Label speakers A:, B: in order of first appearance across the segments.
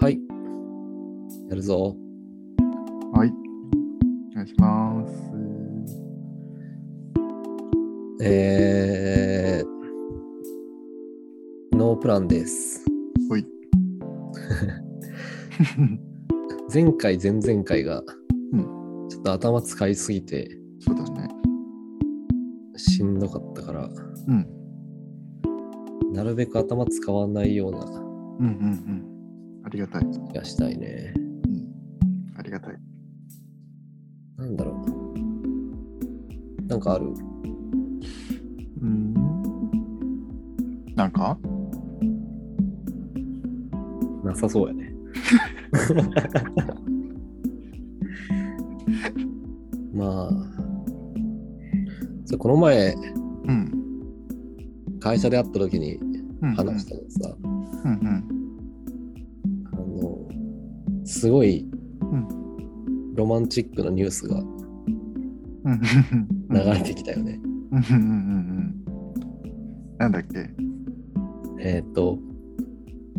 A: はい。やるぞ。
B: はい。お願いします。
A: えー、ノープランです。
B: ほい。
A: 前回、前々回が、
B: う
A: ちょっと頭使いすぎて
B: そうだね。
A: しんどかったから、
B: うん。
A: なるべく頭使わないような
B: うんうんうん。ありがたい。う
A: 気がしたいね。
B: ん。ありがたい。
A: なんだろう。なんかある
B: うん。なんか
A: なさそうやね。まあ、そうこの前、
B: うん。
A: 会社で会った時に
B: うん
A: 話したのさ、
B: うんうん。
A: あのすごい
B: ん
A: ロマンチックなニュースが
B: うんう
A: 流
B: ん。
A: れてきたよね。
B: うんうんうんうん。なんだっけ
A: えっと、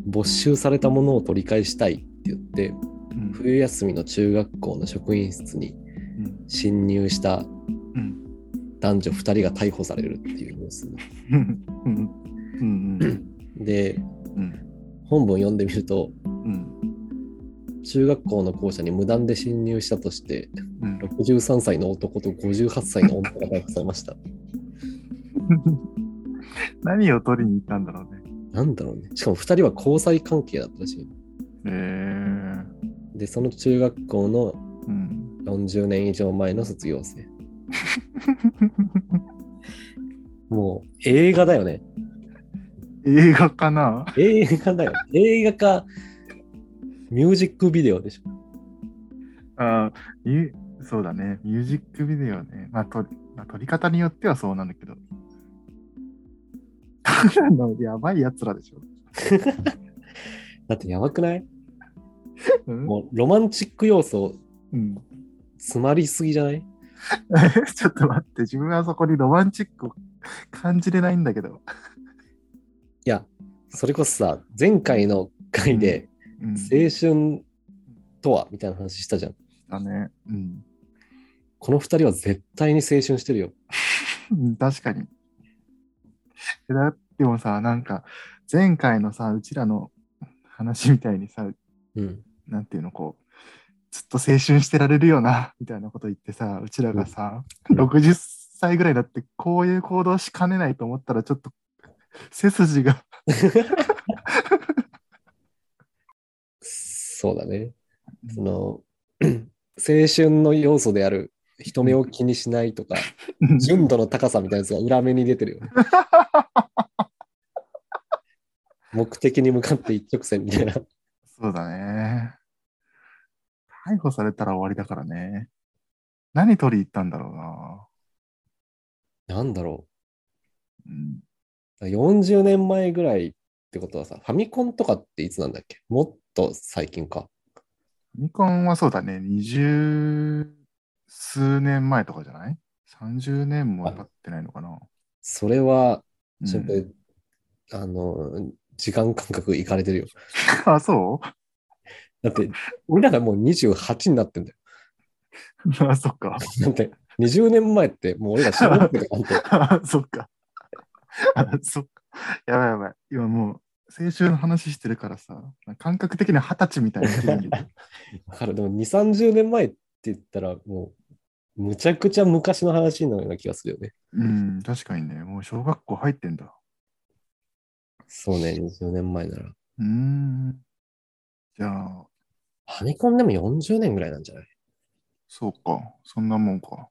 A: 没収されたものを取り返したいって言って、
B: うん
A: 冬休みの中学校の職員室に
B: うん
A: 侵入した
B: うん
A: 男女2人が逮捕されるっていうニュース。
B: うんうんうん
A: で、
B: うん
A: 本文読んでみると、
B: うん
A: 中学校の校舎に無断で侵入したとして、
B: うん
A: 63歳の男と58歳の女が逮捕されました。
B: 何を取りに行ったんだろうね。
A: なんだろうね。しかも2人は交際関係だったらしい。
B: えー。
A: で、その中学校の
B: うん。
A: 40年以上前の卒業生。 もう映画だよね。
B: 映画かな
A: 映画だよ。映画か、ミュージックビデオでしょ。
B: ああ、ミュそうだね。ミュージックビデオね。まあ、とまあ、撮り方によってはそうなんだけど。 ただのやばいやつらでしょ。
A: だってやばくない
B: うん
A: もうロマンチック要素
B: うん、
A: 詰まりすぎじゃない
B: ちょっと待って、自分はそこにロマンチックを感じれないんだけど。
A: いや、それこそさ、前回の回で
B: うん、
A: 青春とはみたいな話したじゃん。
B: だね。うん
A: この二人は絶対に青春してるよ。
B: うん。確かに。だってもさ、なんか、前回のさ、うちらの話みたいにさ、
A: うん。
B: なんていうの、こう、ずっと青春してられるよな、 みたいなこと言ってさ、うちらがさ、
A: うん
B: 60歳ぐらいになって、こういう行動しかねないと思ったら、ちょっと、背筋が、
A: そうだね。その、 青春の要素である人目を気にしないとか、純度の高さみたいなやつが裏目に出て るよね。目的に向かって一直線みたいな。
B: そうだね。逮捕されたら終わりだからね。何取り行ったんだろうな。
A: なんだろ
B: うん、
A: う。40年前ぐらいってことはさ、ファミコンとかっていつなんだっけもっと最近か。
B: ファミコンはそうだね、20数年前とかじゃない ?30 年も経ってないのかな。
A: それは、
B: うん
A: 心配、あの、時間感覚いかれてるよ。
B: あ、そう
A: だって、 俺らがもう28になってんだよ。
B: あ、そっか。
A: だって、20年前ってもう俺ら小学生とか なんて
B: あそっか。あそっか。やばいやばい。今もう、青春の話してるからさ、感覚的に二十歳みたいな 気分で。
A: だからでも2、30年前って言ったらもう、むちゃくちゃ昔の話のような気がするよね。
B: うん、確かにね、もう小学校入ってんだ。
A: そうね、20年前なら。
B: うーん。じゃあ、
A: ファミコンでも40年ぐらいなんじゃない
B: そうか。そんなもんか。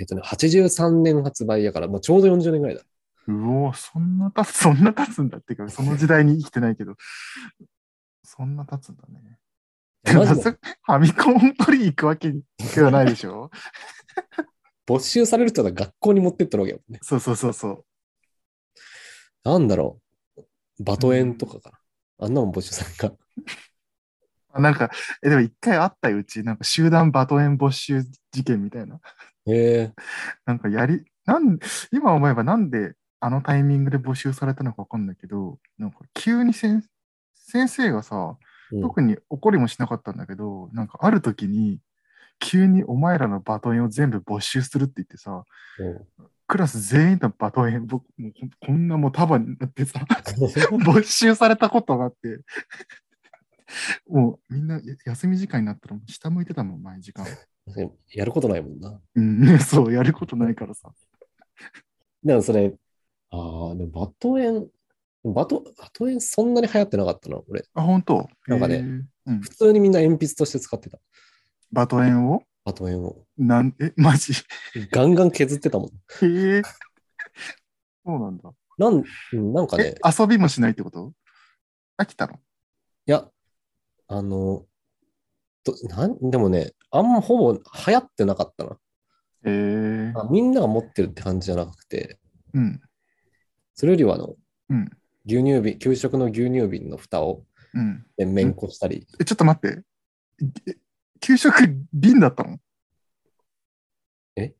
A: えっ、とね、83年発売やから、まあ、ちょうど40年ぐらいだ。
B: うおそんな経つ、 そんな経つんだっていうか、その時代に生きてないけど、そんな経つんだね。
A: マジで
B: ファミコン取りに行くわけにではないでしょ
A: 没収されるってことは学校に持ってったわけよね。
B: そうそうそうそう。
A: なんだろう。バトエンとかかな。あんなもん没収されんか。
B: なんか、え、でも一回あったよ、うち、なんか集団バトエン没収事件みたいな。
A: へえ
B: なんかやり、なん、今思えばなんであのタイミングで募集されたのかわかんないけど、なんか急にせん先生がさ、
A: うん
B: 特に怒りもしなかったんだけど、なんかある時に、急にお前らのバトンを全部没収するって言ってさ、クラス全員のバトン、僕、もうこんこんなもう束になって さ、没収されたことがあって、もうみんなや休み時間になったらもう下向いてたもん、毎時間。
A: うんやることないもんな。
B: うん、 そう、やることないからさ。
A: でもそれ、ああ、でもバトエン、バト、バトエンそんなに流行ってなかったな、俺。
B: あ、本当
A: なんかね
B: へーうん
A: 普、通にみんな鉛筆として使ってた。
B: バトエンを
A: バトエンを。
B: なんえ、マジ
A: ガンガン削ってたもん。
B: へえ。そうなんだ。
A: なん、うんなんかね
B: え、、遊びもしないってこと飽きたの
A: いや、あの、どなんでもね、あんまほぼ流行ってなかったな。
B: へえ。
A: あみんなが持ってるって感じじゃなくて、
B: うん。
A: それよりはあの、
B: うん。
A: 牛乳瓶、給食の牛乳瓶の蓋を
B: うん。
A: 全面こしたり、
B: え、ちょっと待って。え給食瓶だったの
A: え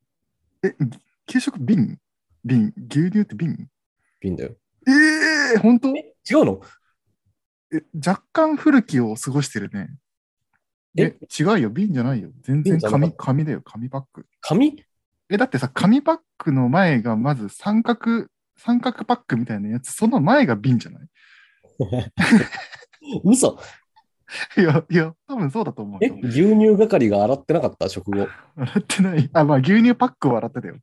B: え、給食瓶瓶牛乳って瓶
A: 瓶だよ。
B: ええ本当
A: え違うの
B: え若干古きを過ごしてるね。え
A: え、
B: 違うよ。瓶じゃないよ。全然
A: 瓶じゃなかっ
B: 紙、紙だよ。紙バッグ。
A: 紙
B: え、だってさ、紙パックの前がまず三角、三角パックみたいなやつ、その前が瓶じゃない
A: 嘘
B: いや、いや、多分そうだと思う
A: え
B: よ。
A: 牛乳係が洗ってなかった食後。
B: 洗ってない。あ、まあ牛乳パックを洗ってたよ。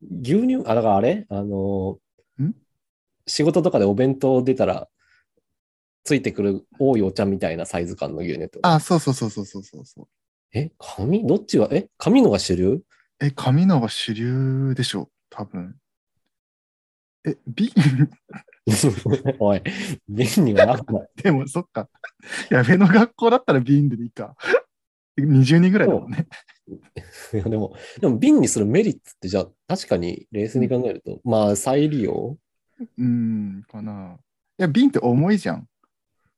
A: 牛乳、あ、だからあれあのー
B: ん
A: 仕事とかでお弁当出たら、ついてくる多いお茶みたいなサイズ感の牛乳ってこと
B: あ、そうそうそうそうそうそうそう。
A: え、紙どっちが、え、紙のが主流
B: え、紙のが主流でしょ。多分。え、瓶
A: おい、便にはならない。
B: でもそっか。いや、上の学校だったら瓶でいいか。20人ぐらいだもんね。
A: いやでも、でも瓶にするメリットって、じゃあ、確かに冷静に考えると、まあ、再利用
B: うーん、かな。いや、瓶って重いじゃん。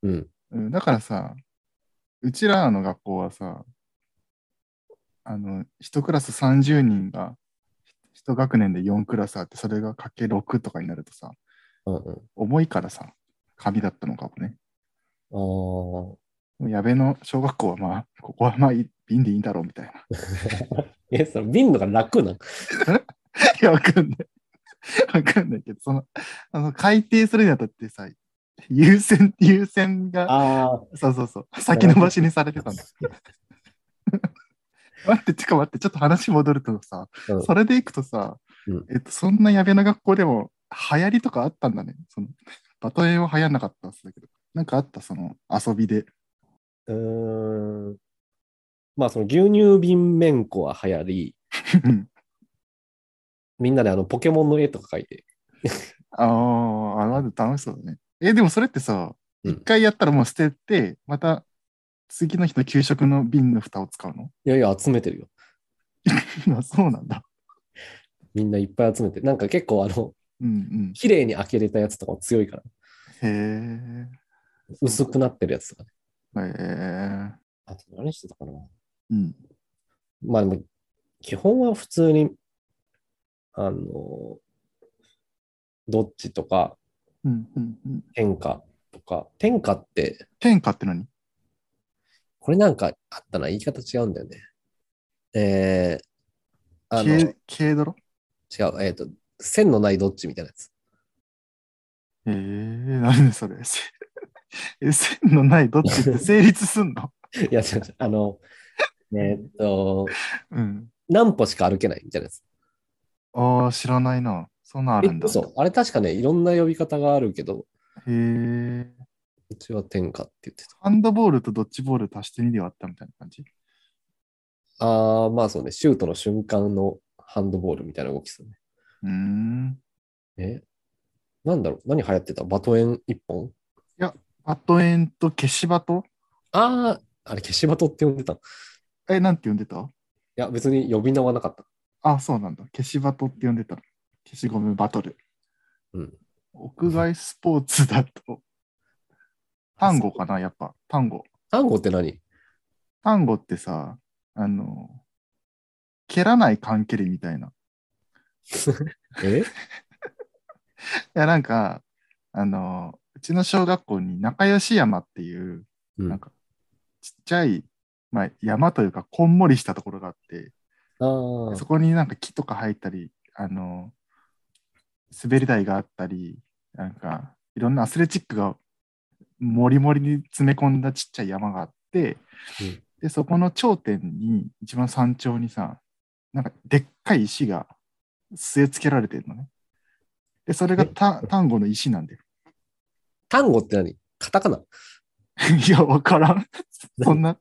A: うん。
B: うん、だからさ、うちらの学校はさ、あの、一クラス30人が、一学年で4クラスあって、それがかけ6とかになるとさ、
A: うんうん。
B: 重いからさ、紙だったのかもね。
A: あー
B: もう矢部の小学校はまあ、ここはまあいい、瓶でいいんだろうみたいな。
A: え、その瓶のが楽なん
B: いや、わかんない。 わかんないけど、その、あの、改定するにあたってさ、優先、優先が、
A: あ
B: そうそうそう。先延ばしにされてた んだ。待って、ちか待って、ちょっと話戻るとさ、
A: あ、うん
B: それでいくとさ、
A: うん
B: えっと、そんなやべな学校でも流行りとかあったんだね。そのバトエは流行んなかったんだけど、なんかあった、その遊びで。
A: うーん。まあ、その牛乳瓶めんこは流行り、
B: うん
A: みんなであのポケモンの絵とか描いて、
B: あーあ、まず楽しそうだね。え、でもそれってさ、
A: うん
B: 一、回やったらもう捨てて、また次の日の給食の瓶の蓋を使うの
A: いやいや、集めてるよ。
B: あそうなんだ。
A: みんないっぱい集めて、なんか結構、あの、
B: うん
A: 綺麗に開けれたやつとかも強いから、
B: うん。へ
A: 薄くなってるやつとかね。
B: え。へえ。
A: あと、何してたかな
B: うん。
A: まあでも、基本は普通に、あの、どっちとか、
B: うんうんうん。
A: 天下とか、天下って、
B: 天下って何
A: これなんかあったな、言い方違うんだよね。えー、あの、違う
B: 軽、軽だろ、
A: えっ、と、線のないどっちみたいなやつ。
B: ええー、何それ。せえ、線のないどっちって成立すんの
A: いや、違う違う、あの、えっと、
B: うん。
A: 何歩しか歩けないみたいなやつ。
B: ああ、知らないな。そんなんあるんだ。
A: えそう、あれ確かね、いろんな呼び方があるけど、
B: へえ。
A: うちは天下って言ってた。
B: ハンドボールとドッジボール足して2で割ったみたいな感じ。
A: あー、まあそうね、シュートの瞬間のハンドボールみたいな動きするね。
B: うーん。
A: えなんだろう何流行ってたバトエン一本
B: バトエンと消しバト
A: ああ、あれ消しバトって呼んでた。い
B: え、なんて呼んでた
A: や、別に呼び名はなかった。
B: あ、そうなんだ。消しバトって呼んでたの。消しゴムバトル。
A: うん。
B: 屋外スポーツだと。単語かな、やっぱ。単語。
A: 単語って何
B: 単語ってさ、あの、蹴らない缶蹴りみたいな。い
A: え
B: や、なんか、あの、うちの小学校に中吉山っていう、
A: うん
B: なんか、ちっちゃい、まあ、山というか、こんもりしたところがあって、
A: ああ、
B: そこになんか木とか生えたり、あの、滑り台があったり、なんか、いろんなアスレチックがもりもりに詰め込んだちっちゃい山があって、
A: うん
B: で、そこの頂点に、一番山頂にさ、なんか、でっかい石が据え付けられてるのね。で、それがた単語の石なんだよ。
A: 単語って何カタカナ
B: いや、わからん。そんな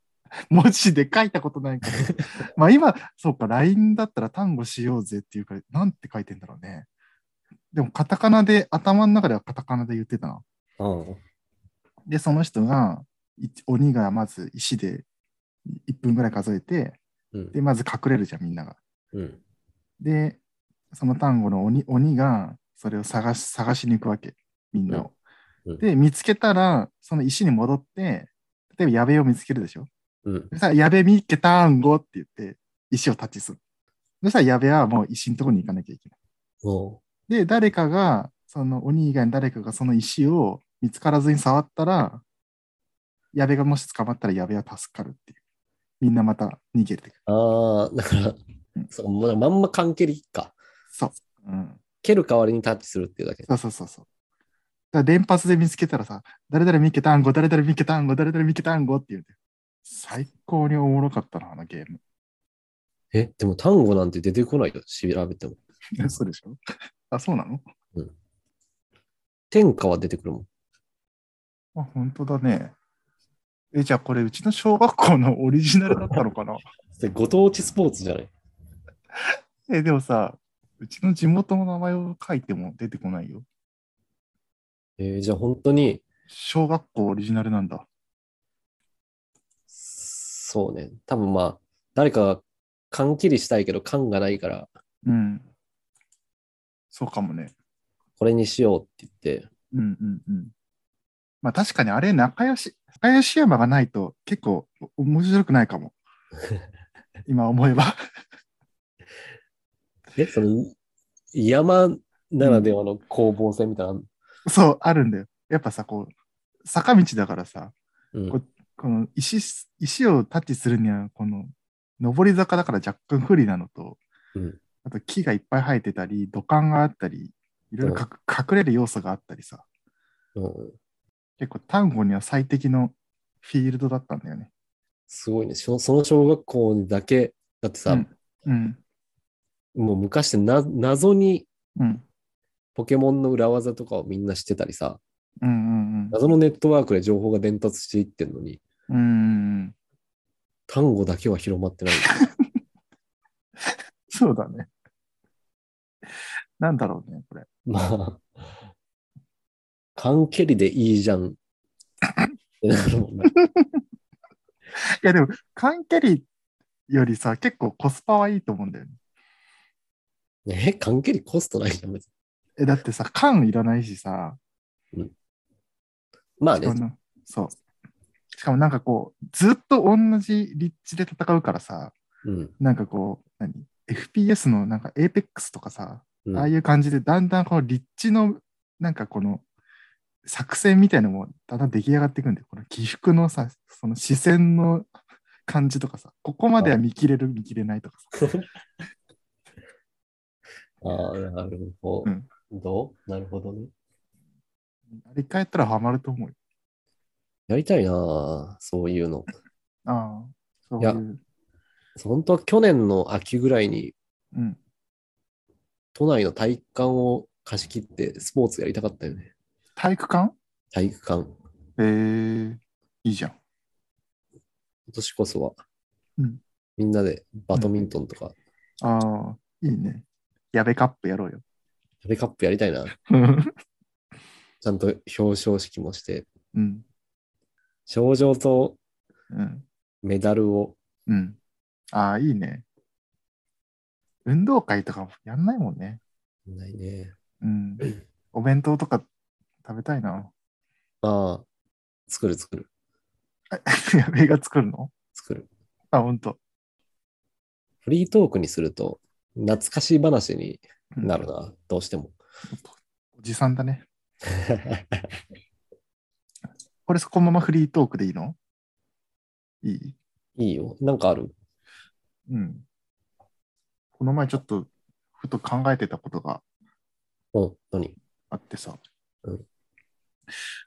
B: 文字で書いたことないから。まあ今、そうか、LINE だったら単語しようぜっていうから、なんて書いてんだろうね。でも、カタカナで、頭の中ではカタカナで言ってたな。
A: うん。
B: で、その人が、い鬼がまず石で1分ぐらい数えて、
A: うん
B: で、まず隠れるじゃん、みんなが。
A: うん。
B: で、その単語の鬼鬼が、それを探し探しに行くわけ、みんなを。
A: うんうん
B: で、見つけたら、その石に戻って、例えば、矢部を見つけるでしょ。
A: うん。
B: そしたら、やべみっけたんごって言って、石をタッチする。そしたら、やべはもう石のところに行かなきゃいけない。
A: おう
B: で、誰かが、その鬼以外の誰かがその石を見つからずに触ったら、やべがもし捕まったらやべは助かるっていう。みんなまた逃げてくる。
A: ああ、だから
B: うん、
A: そうまあまんま関係りか。
B: そう。うん。
A: 蹴る代わりにタッチするっていうだけ。
B: そうそうそうそう。だから連発で見つけたらさ、誰々見っけたんご、誰々見っけたんご、誰々見っけたんごって言うんだよ。最高におもろかったな、あのゲーム。
A: え、でも単語なんて出てこないよ、調べても。
B: そうでしょあ、そうなの
A: 天下は出てくるもん。
B: あ、本当だね。え、じゃあこれ、うちの小学校のオリジナルだったのかな
A: それご当地スポーツじゃない
B: え、でもさ、うちの地元の名前を書いても出てこないよ。
A: えーじゃあ本当に、
B: 小学校オリジナルなんだ。
A: そうね。多分まあ、誰かが缶切りしたいけど缶がないから、
B: うん。そうかもね。
A: これにしようって言って、
B: うんうんうん。まあ確かにあれ、仲良し、仲良し山がないと結構お面白くないかも。今思えば。
A: え、その、山ならではの攻防戦みたいなのあんの。
B: そう、あるんだよ。やっぱさ、こう、坂道だからさ、
A: うん
B: ここの石す、石をタッチするには、この、上り坂だから若干不利なのと、
A: うん
B: あと木がいっぱい生えてたり、土管があったり、いろいろかく隠れる要素があったりさ、
A: うん
B: 結構単語には最適のフィールドだったんだよね。
A: すごいね。そその小学校にだけ、だってさ、
B: うん。
A: もう昔ってな謎に
B: うん。
A: ポケモンの裏技とかをみんな知ってたりさ、
B: うんうん
A: 謎のネットワークで情報が伝達していってんのに、
B: うん。うんうん。
A: 単語だけは広ま ってない。
B: そうだね。なんだろうね、これ。
A: まあ、缶蹴りでいいじゃん。ってなるもんな
B: いやでも、缶蹴りよりさ、結構コスパはいいと思うんだよね。
A: え、缶蹴りコストないじゃん、別に。
B: え、だってさ、缶いらないしさ、
A: まあ
B: しかも
A: ね、
B: なそう。しかもなんかこう、ずっと同じ立地で戦うからさ、
A: うん。
B: なんかこう、何 ?FPS のなんか APEX とかさ、
A: うん
B: ああいう感じでだんだんこの立地の、なんかこの、作戦みたいのもだんだん出来上がっていくんで、この起伏のさ、その視線の感じとかさ、ここまでは見切れる、見切れないとかさ。
A: ああ、なるほど。
B: うん
A: なるほどね。
B: あれ一回やったらハマると思うよ。
A: やりたいなあそういうの。
B: ああ、そうい
A: や
B: う。
A: 本当は去年の秋ぐらいに
B: うん。
A: 都内の体育館を貸し切ってスポーツやりたかったよね。
B: 体育館
A: 体育館。今
B: えー、いいじゃん。
A: 年こそは、
B: うん
A: みんなでバドミントンとか、
B: ああ、いいね。やべカップやろうよ。
A: 食べカップやりたいな。ちゃんと表彰式もして、
B: うん。
A: 賞状と
B: うん。
A: メダルを、
B: うん。ああ、いいね。運動会とかもやんないもんね。
A: ないね。
B: うん。お弁当とか食べたいな。
A: ああ、作る作る、
B: やべえが作るの
A: 作る。
B: あ、ほんと。
A: フリートークにすると、懐かしい話に
B: うん
A: なるな、どうしても。
B: おじさんだね。これ、このままフリートークでいいのいい
A: いいよ。なんかある
B: うん。この前ちょっと、ふと考えてたことが
A: うん。何
B: あってさ、
A: うん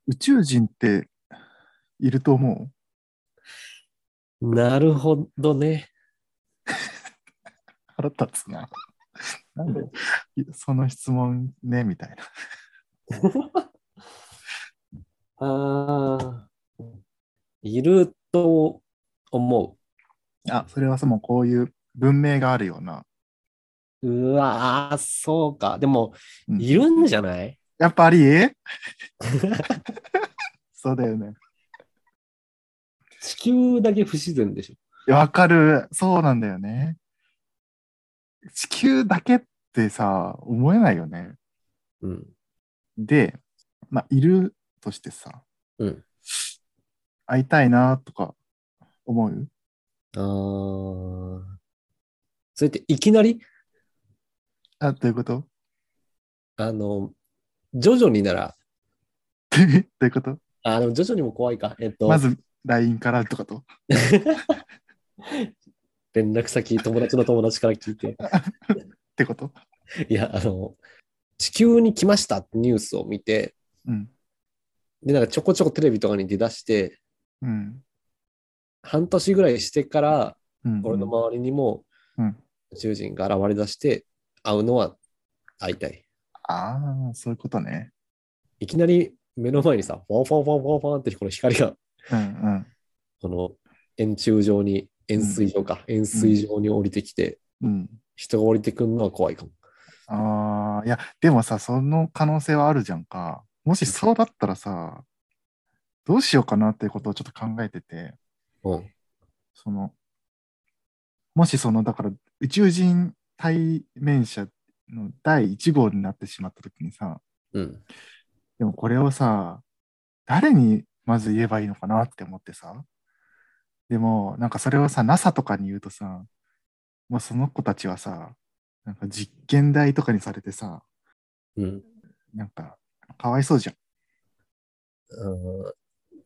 B: 宇宙人っていると思
A: なるほどね。
B: う腹立 つな。なんでいその質問ねみたいな。
A: ああ。いると思
B: あ、それはさ、もうこういう文明があるような。
A: う。うわー、そうか。でも、
B: うん
A: いるんじゃない
B: やっ ぱり そうだよね。
A: 地球だけ不自然でしょ。
B: わかる。そうなんだよね。地球だけってさ、思えないよね。
A: うん。
B: で、まあ、いるとしてさ、
A: うん
B: 会いたいなとか思う
A: あーそれっていきなり、
B: あ、どういうこと
A: あの、徐々になら、
B: どういうこと
A: あの、徐々にも怖いか。えっと、
B: まず LINE からとかと。
A: 連絡先、友達の友達から聞いて、
B: ってこと
A: いや、あの、地球に来ましたってニュースを見て、
B: うん。
A: で、なんかちょこちょこテレビとかに出だして、
B: うん。
A: 半年ぐらいしてから、
B: うん、
A: 俺の周りにも
B: うん
A: 宇宙人が現れだして、会うのは会いたい。
B: ああ、そういうこと ね。
A: いきなり目の前にさ、ファンファンファンファンファンってこの光が、
B: うんうん。
A: この円柱状に、円錐状か、円錐状に降りてきて、
B: うん、
A: 人が降りてくるのは怖いかも。
B: ああ、いや、でもさ、その可能性はあるじゃんか。もしそうだったらさ、どうしようかなっていうことをちょっと考えてて、
A: うん。
B: その、もしその、だから宇宙人対面者の第1号になってしまったときにさ、
A: うん。
B: でもこれをさ、誰にまず言えばいいのかなって思ってさ、でも、なんかそれをさ、NASA とかに言うとさ、まあその子たちはさ、なんか実験台とかにされてさ、
A: うん。
B: なんか、かわいそうじゃん。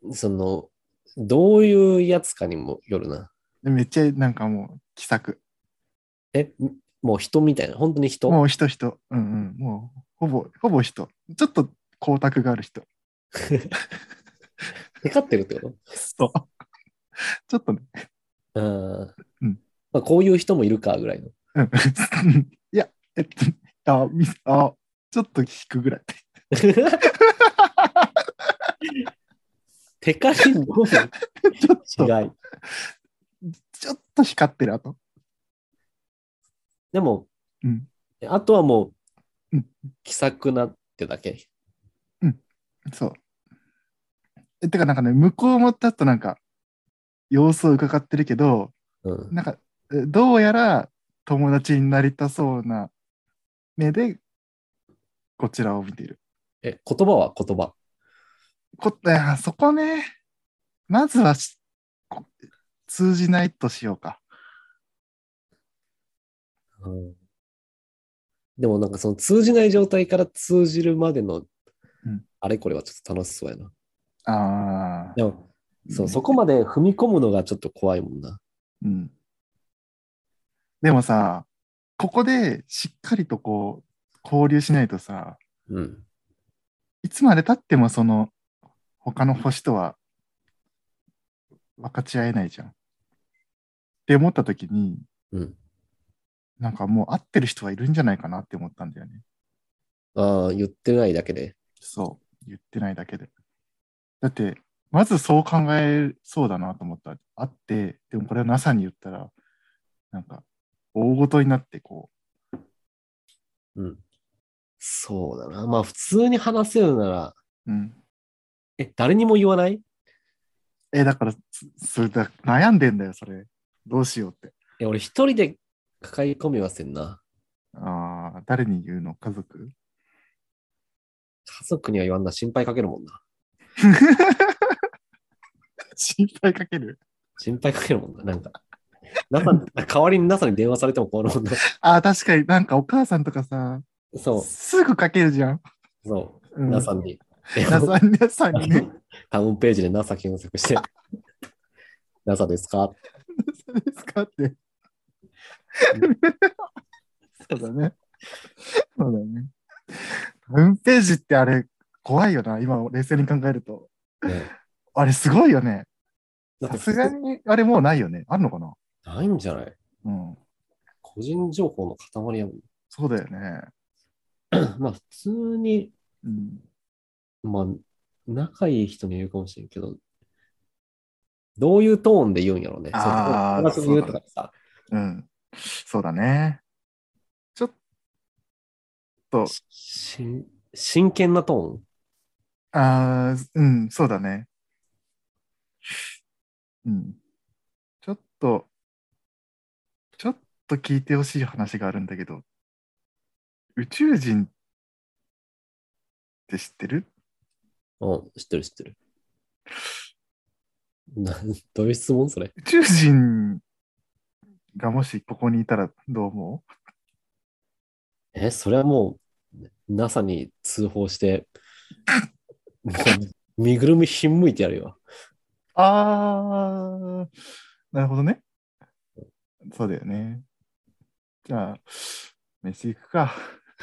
A: うんその、どういうやつかにもよるな。
B: でめっちゃ、なんかもう、気さく。
A: え、もう人みたいな、本当に人。
B: もう人人。うんうん。もう、ほぼ、ほぼ人。ちょっと光沢がある人。
A: テカってるってこ
B: そう。 ちょっとね。
A: とうん。
B: うん
A: まあ、こういう人もいるかぐらいの。
B: うん。 いや、えっと、あ、みあちょっと引くぐらい。
A: テカリン ゴ
B: ちょっと、
A: の違い。
B: ちょっと光ってる後。
A: でも、
B: うん
A: あとはもう
B: う、
A: ん気さくなってだけ。
B: そう。えてか、なんかね、向こうもだとなんか、様子を伺ってるけど、
A: うん。
B: なんか、えどうやら友達になりたそうな目で、こちらを見ている。
A: え、言葉は言葉。
B: こいやそこね、まずはしこ通じないとしようか。
A: うんでもなんかその通じない状態から通じるまでの
B: うん、
A: あれこれはちょっと楽しそうやな。
B: ああ。
A: でも、そう、そ
B: こ。
A: こまで踏み込むのがちょっと怖いもんな。
B: うん。でもさ、ここでしっかりとこう、交流しないとさ、
A: うん。
B: いつまでたってもその、他の星とは分かち合えないじゃん。って思った時に、
A: うん。
B: なんかもう会ってる人はいるんじゃないかなって思ったんだよね。
A: ああ、言ってないだけで。
B: そう、言ってないだけで。だって、まずそう考えそうだなと思った。あって、でもこれは NASA に言ったら、なんか、大ごとになって、こ
A: うん。そうだな。まあ普通に話せるなら、
B: う、うん。
A: え、誰にも言わない
B: え、だから、つそれだ悩んでんだよ、それ。どうしようって。
A: え、俺一人で抱え込みはせんな。
B: ああ、誰に言うの家族
A: 家族には言わんな。心配かけるもんな。
B: 心配かける。
A: 心配かけるもんな。なんか。NASA 代わりに NASA に電話されても困るもんな。
B: ああ、確かになんかお母さんとかさ、
A: そ
B: すぐかけるじゃん。
A: う、そうう。
B: ん
A: NASA に。
B: NASA に NASA にね。
A: ホームページで NASA 検索して、NASA ですか
B: そうですかって。そうだね。そうだね。ホームページってあれ、怖いよな、今、冷静に考えると。
A: ね
B: あれ、すごいよね。
A: だって
B: さすがに、あれもうないよね。あるのかな
A: ないんじゃない
B: うん。
A: 個人情報の塊やもん。
B: そうだよね。
A: まあ普通に、
B: うん。
A: まあ仲いい人に言うかもしれんけど、どういうトーンで言うんやろうね。
B: あー
A: そうプラス言うとかさ、
B: うん。そうだね。ちょっと、
A: しん真剣なト
B: ああ、うん、そうだね。うん。ちょっと、ちょっと聞いてほしい話があるんだけど、宇宙人って知ってる
A: ーン。うん、知ってる知ってる。な どういう質問それ
B: 宇宙人がもしここにいたらどう思
A: え、それはもう NASA に通報して、 もう身ぐるみひんむいてやるよ。
B: うああ、なるほどね。そうだよね。じゃあ、飯行くか。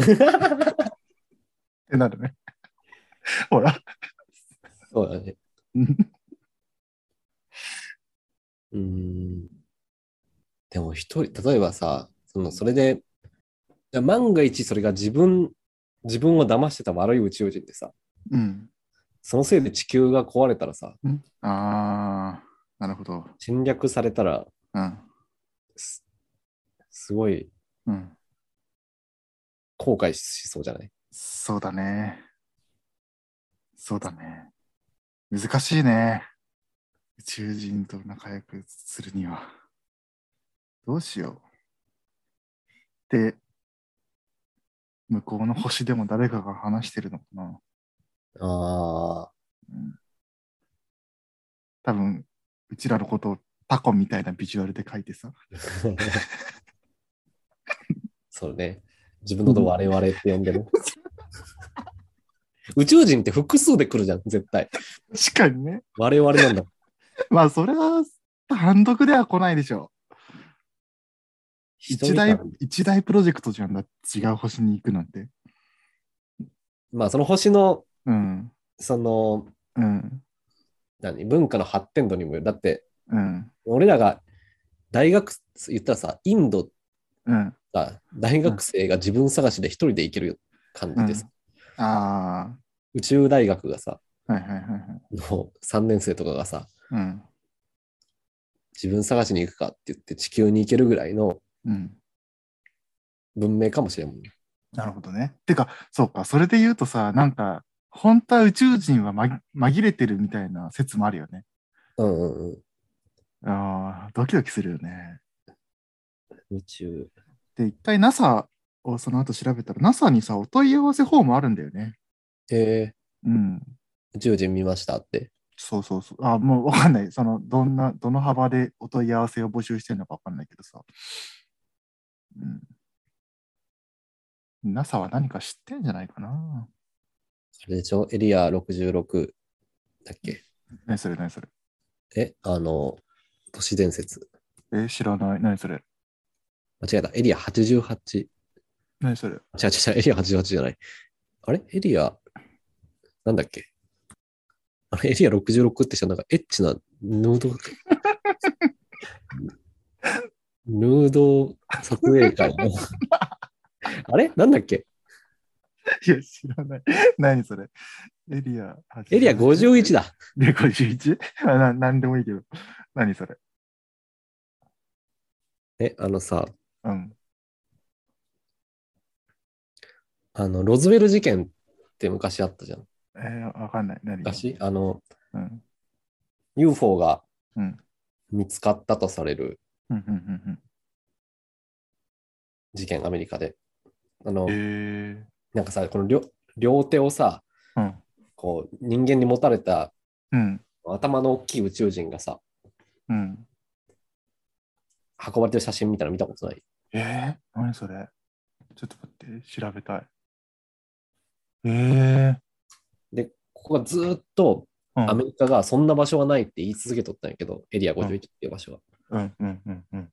B: ってなるね。ほら。
A: そうだね。
B: うん
A: うーん。でも一人、例えばさ、そのそれで、じゃあ万が一それが自分、自分を騙してた悪い宇宙人でさ、
B: うん。
A: そのせいで地球が壊れたらさ、
B: ああ、なるほど。
A: 侵略されたら、
B: うん。
A: すすごい
B: うん。
A: 後悔しそうじゃない
B: そうだね。そうだね。難しいね。宇宙人と仲良くするには。どうしよう。で、向こうの星でも誰かが話してるのかな。
A: ああ、
B: 多分、うちらのことをタコみたいなビジュアルで書いてさ。
A: そうね。自分のこと我々って呼んでる。宇宙人って複数で来るじゃん、絶対。
B: 確かにね。
A: 我々なんだ。
B: まあ、それは単独では来ないでしょう。一
A: 人
B: 大
A: みたいな、
B: 一大プロジェクトじゃんだ。違う星に行くなんて。
A: まあ、その星の、
B: うん。
A: その、
B: うん。
A: 何文化の発展度にもよる。だって、
B: うん。
A: 俺らが大学、言ったらさ、インド
B: うん。
A: が大学生が自分探しで一人で行ける感じです。
B: あ
A: 宇宙大学がさ、
B: あ。はいはいはいはい。
A: の3年生とかがさ、
B: うん。
A: 自分探しに行くかって言って地球に行けるぐらいの
B: うん。
A: 文明かもしれんもんね。
B: なるほどね。てか、そうか。それで言うとさ、なんか、本当は宇宙人はまぎ紛れてるみたいな説もあるよね。
A: うんうんう
B: ああ、ドキドキするよね。
A: ん。宇宙。
B: で、一回 NASA をその後調べたら、NASA にさ、お問い合わせフォームあるんだよね。
A: えー、
B: うん。
A: 宇宙人見ましたって。
B: そうそうそう。あ、もうわかんない。その、どんな、どの幅でお問い合わせを募集してるのかわかんないけどさ。うん。NASA は何か知ってんじゃないかな。
A: あれでしょエリア66だっけ
B: 何それ何それ。
A: え、あの、都市伝説。
B: え、知らない。何それ。
A: 間違えた。エリア88。
B: 何それ。
A: 違う違う違う、エリア88じゃない。あれエリア、なんだっけあれエリア66ってしたらなんかエッチなヌード、 ヌード撮影会 の。あれなんだっけ
B: いや、知らない。 何それ。エリア88
A: エリア51。だ。
B: エリア 51? あな何でもいいけど。何それ。
A: え、あのさ、
B: うん。
A: あの、ロズウェル事件って昔あったじゃん。
B: えー、わかんない。何
A: 昔、あの、
B: うん。
A: UFO が
B: うん。
A: 見つかったとされる
B: うん。うん。
A: 事件、アメリカで。あの
B: うん。う、ん。え
A: なんかさ、この両両手をさ、
B: ー。うん。
A: こう、人間に持たれた
B: うん。
A: 頭の大きい宇宙人がさ、
B: うん。
A: 運ばれてる写真みたいなの見たことない。
B: えー、何それちょっと待って、調べたい。えー、
A: で、ここがずーっと
B: うん
A: アメリカがそんな場所はないって言い続けとったんやけど、エリア51っていう場所は。
B: うんうんうんうん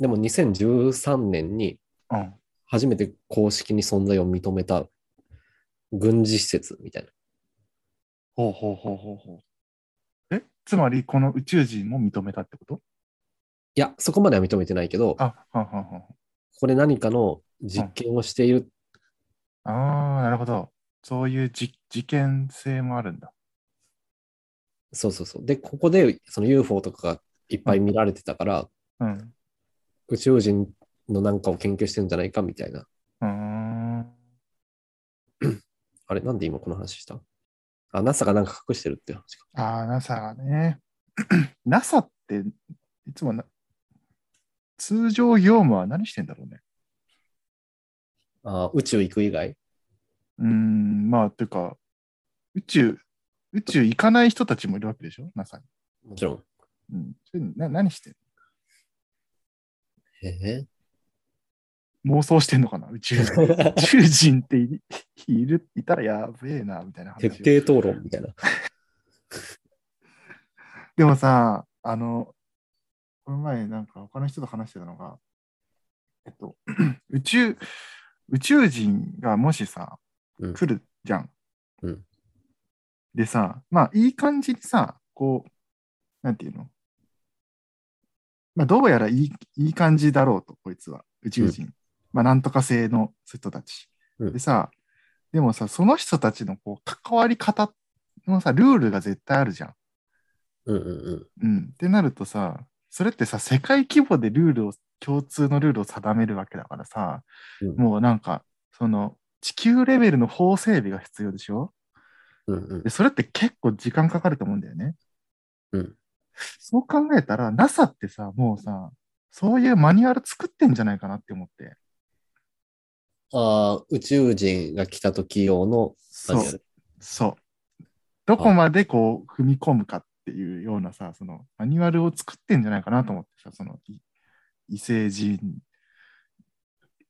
A: でも2013年に
B: うん
A: 初めて公式に存在を認めた軍事施設みたいな。
B: ほうほうほうほうほうえつまりこの宇宙人も認めたってこと
A: いや、そこまでは認めてないけど、こ
B: あはんはんはん
A: こで何かの実験をしている。
B: ああなるほどそういうじ事件性もあるんだ
A: そうそうそう。で、ここでその UFO とかがいっぱい見られてたから、
B: うん
A: 宇宙人のなんかを研究してるんじゃないかみたいな。
B: うーん
A: あれ、なんで今この話したあ、NASA がなんか隠してるって話か。
B: ああ、NASA がね。NASA って、いつもな、通常業務は何してんだろうね。
A: あ宇宙行く以外
B: うーん、まあ、ていうか、宇宙、宇宙行かない人たちもいるわけでしょ ?NASA に。
A: もちろん。
B: うん。それな何してん
A: へ え。
B: の妄想してんのか な宇宙人。宇宙人ってい いる、いたらやべえな、みたいな話を。
A: 徹底討論みたいな。
B: でもさ、あの、この前なんか他の人と話してたのが、えっと、 宇宙、宇宙人がもしさ、
A: うん
B: 来るじゃん。
A: うん
B: でさ、まあいい感じにさ、こう、なんていうのまあどうやらいいいい感じだろうと、こいつは、宇宙人。まあなんとか性の人たち。
A: うん
B: でさ、でもさ、その人たちのこう関わり方のさ、ルールが絶対あるじゃん。
A: うんうん
B: うん、ってなるとさそれってさ世界規模でルールを共通のルールを定めるわけだからさ、
A: うん
B: もうなんかその地球レベルの法整備が必要でしょ
A: うん。うんうん
B: でそれって結構時間かかると思うんだよね。
A: うん
B: そう考えたら NASA ってさもうさそういうマニュアル作ってんじゃないかなって思って。
A: ああ、宇宙人が来た時用のマニュアル。
B: そう。どこまでこう踏み込むかっていうようなさ、そのマニュアルを作ってんじゃないかなと思ってさ、そのい異星人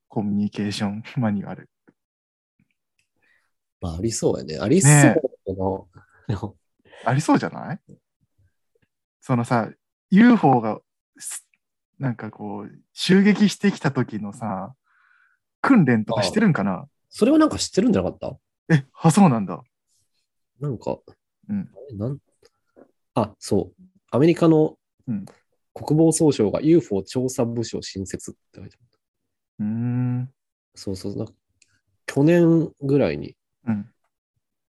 B: コミュニケーション マニュアル。
A: まあ、ありそうやね。ありそうだけど、でも
B: ありそうじゃないそのさ、UFO がすなんかこう襲撃してきた時のさ、訓練とかしてるんかな
A: それはなんか知ってるんじゃなかった
B: え、あ、そうなんだ。
A: なんか、
B: うん
A: あれなんあ、そう。アメリカの
B: うん
A: 国防総省が UFO 調査部署新設って書いてある。
B: うーん。
A: そうそう。なんか去年ぐらいに
B: うん。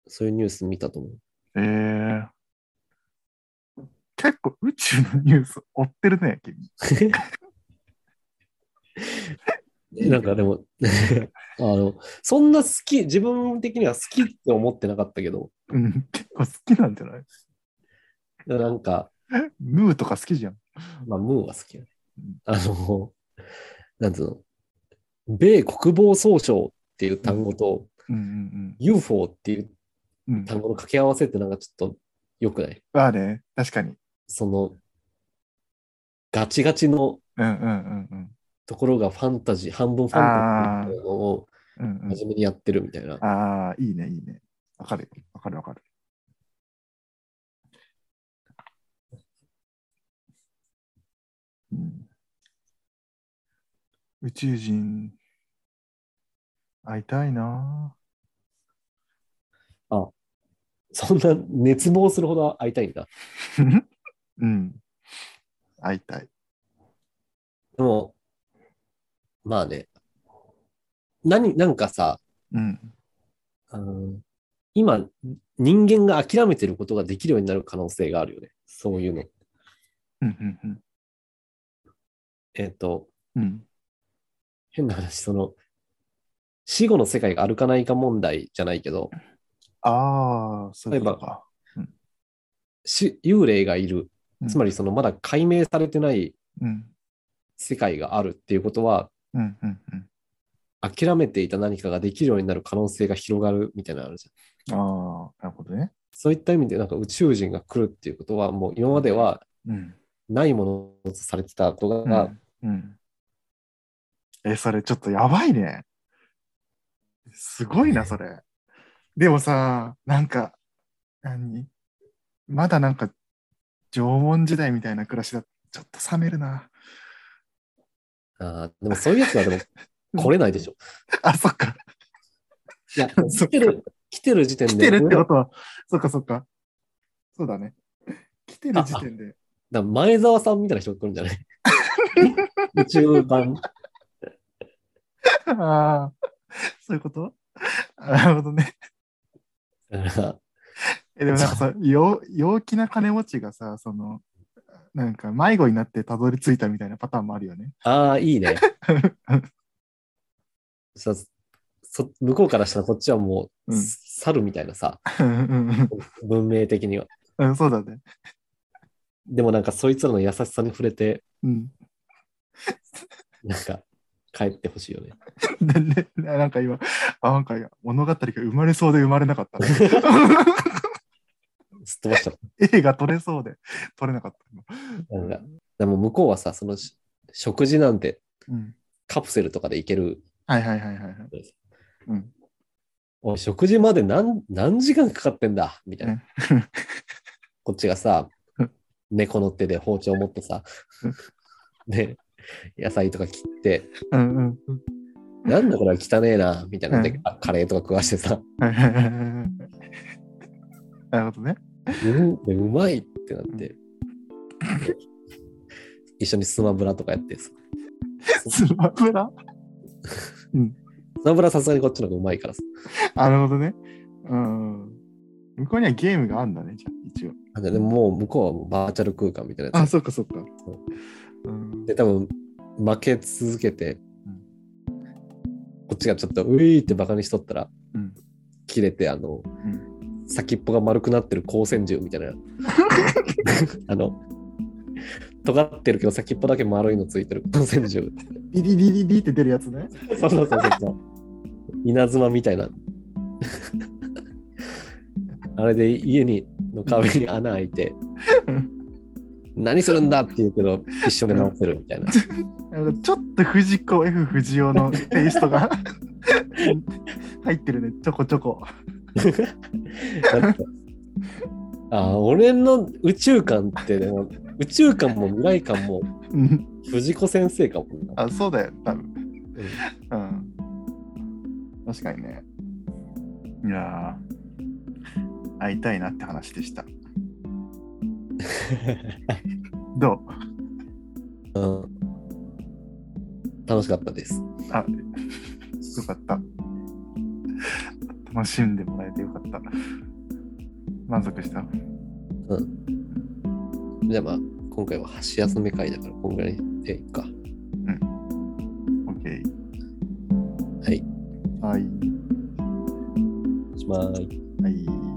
A: そういうニュース見たと思う。
B: えー。結構宇宙のニュース追ってるね、君。
A: えなんかでも あの、そんな好き、自分的には好きって思ってなかったけど、
B: うん、結構好きなんじゃない
A: なんか、
B: ムーとか好きじゃん。
A: まあ、ムーは好きやね
B: うん。
A: あの、なんつうの、米国防総省っていう単語と
B: うん
A: UFO っていう
B: うんうん。うん、
A: 単語の掛け合わせってなんかちょっと良くない
B: まあね、確かに。
A: その、ガチガチの
B: うんうんうんうん
A: ところがファンタジー、半分ファンタジーみたいなのを
B: うん
A: 真面目にやってるみたいな
B: うん。。ああ、いいね、いいね。わかるよ。わかるわかる。うん、宇宙人、会いたいな
A: そんな熱望するほど会いたいんだ。
B: ぁ うん。会いたい。
A: でも、まあね。何、なんかさ、
B: うん。
A: あの今、人間が諦めてることができるようになる可能性があるよね。そういうの。
B: うんうん
A: えっ、と、
B: うん。うん。
A: 変な話、その、死後の世界が歩かないか問題じゃないけど、
B: ああ、そういうことか。
A: し幽霊がいる、つまりそのまだ解明されてない
B: うん。
A: 世界があるっていうことは、
B: うんうんうん。
A: 諦めていた何かができるようになる可能性が広がるみたいなのあるじゃん。
B: ああ、なるほどね。
A: そういった意味で、なんか宇宙人が来るっていうことは、もう今までは
B: うん。
A: ないものとされてたことが、
B: うん。え、それちょっとやばいね。すごいな、それ。でもさ、なんか、何まだなんか縄文時代みたいな暮らしだちょっと冷めるな。
A: あーでもそういうやつはで も来れないでしょ。
B: あ、そっか。
A: いや、
B: そ
A: 来
B: っか
A: てる、来てる時点で。
B: 来てるってことは、そっかそっか。そうだね。来てる時点で。
A: だから前澤さんみたいな人が来るんじゃない 宇宙版。
B: ああ、 そういうことなるほどね。
A: だから
B: えでもなんかさ、陽陽気な金持ちがさ、その、なんか迷子になってたどり着いたみたいなパターンもあるよね。
A: ああ、いい ね。さそ向こうからしたらこっちはもう、
B: うん
A: 猿みたいなさ、
B: うん
A: 文明的には。
B: うんうんそうだね。
A: でもなんかそいつらの優しさに触れて、
B: うん。
A: なんか帰ってほしいよね。
B: でねなんか今、あ、なんか物語が生まれそうで生まれなかったね。
A: すっ飛ばしちゃっ
B: 映画撮れそうで撮れなかった今。
A: た。なんかでも向こうはさ、そのし食事なんて
B: うん。
A: カプセルとかで行ける。
B: はいはいはいはいはい。うん。
A: おい食事まで何何時間かかってんだみたいな。
B: うん
A: こっちがさ
B: うん、
A: 猫の手で包丁持ってさ
B: うん、
A: で、野菜とか切って、
B: うんうん。
A: なんだこれは汚ねえな、みたいなんで、
B: うん
A: あカレーとか食わしてさ、
B: はいはいはいはいはいなるほどね。
A: うんでうまいってなって、で一緒にスマブラとかやってさ、
B: スマブラ
A: スマブラさすがにこっちの方がうまいからさ、
B: なるほどね。うん。向こうにはゲームがあるんだね、じゃあ、一応。
A: なんかでももう向こうはもうバーチャル空間みたいなや
B: あ、
A: つ
B: そっかそっか。
A: そう
B: うん
A: で、多分負け続けて
B: うん、
A: こっちがちょっとういーってバカにしとったら、
B: うん
A: 切れてあの、先っぽが丸くなってる光線銃み たいなあの尖ってるけど先っぽだけ丸いのついてる光線銃
B: ディディディディディって出るやつね。
A: そうそうそうそう稲妻みたいなあれで家にの壁に穴開いて
B: うん
A: 何するんだって言うけど一緒で直せるみたいな
B: なんかちょっと藤子 F 不二雄のテイスト が入ってるね、ちょこちょこ。
A: だってあー俺の宇宙観ってでも宇宙観も未来観も
B: うん
A: 藤子先生かもな
B: あ、そうだよ、多分。うん。確かにね。いやー会いたいなって話で した。どう
A: うんうん楽しかったです。
B: あ、よかった。楽しんでもらえてよかった。満足した
A: じゃあまあ、今回は箸休め会だから、こんぐらいでいいか。
B: ?OK。
A: はい。
B: はい。
A: おしまい。
B: はい。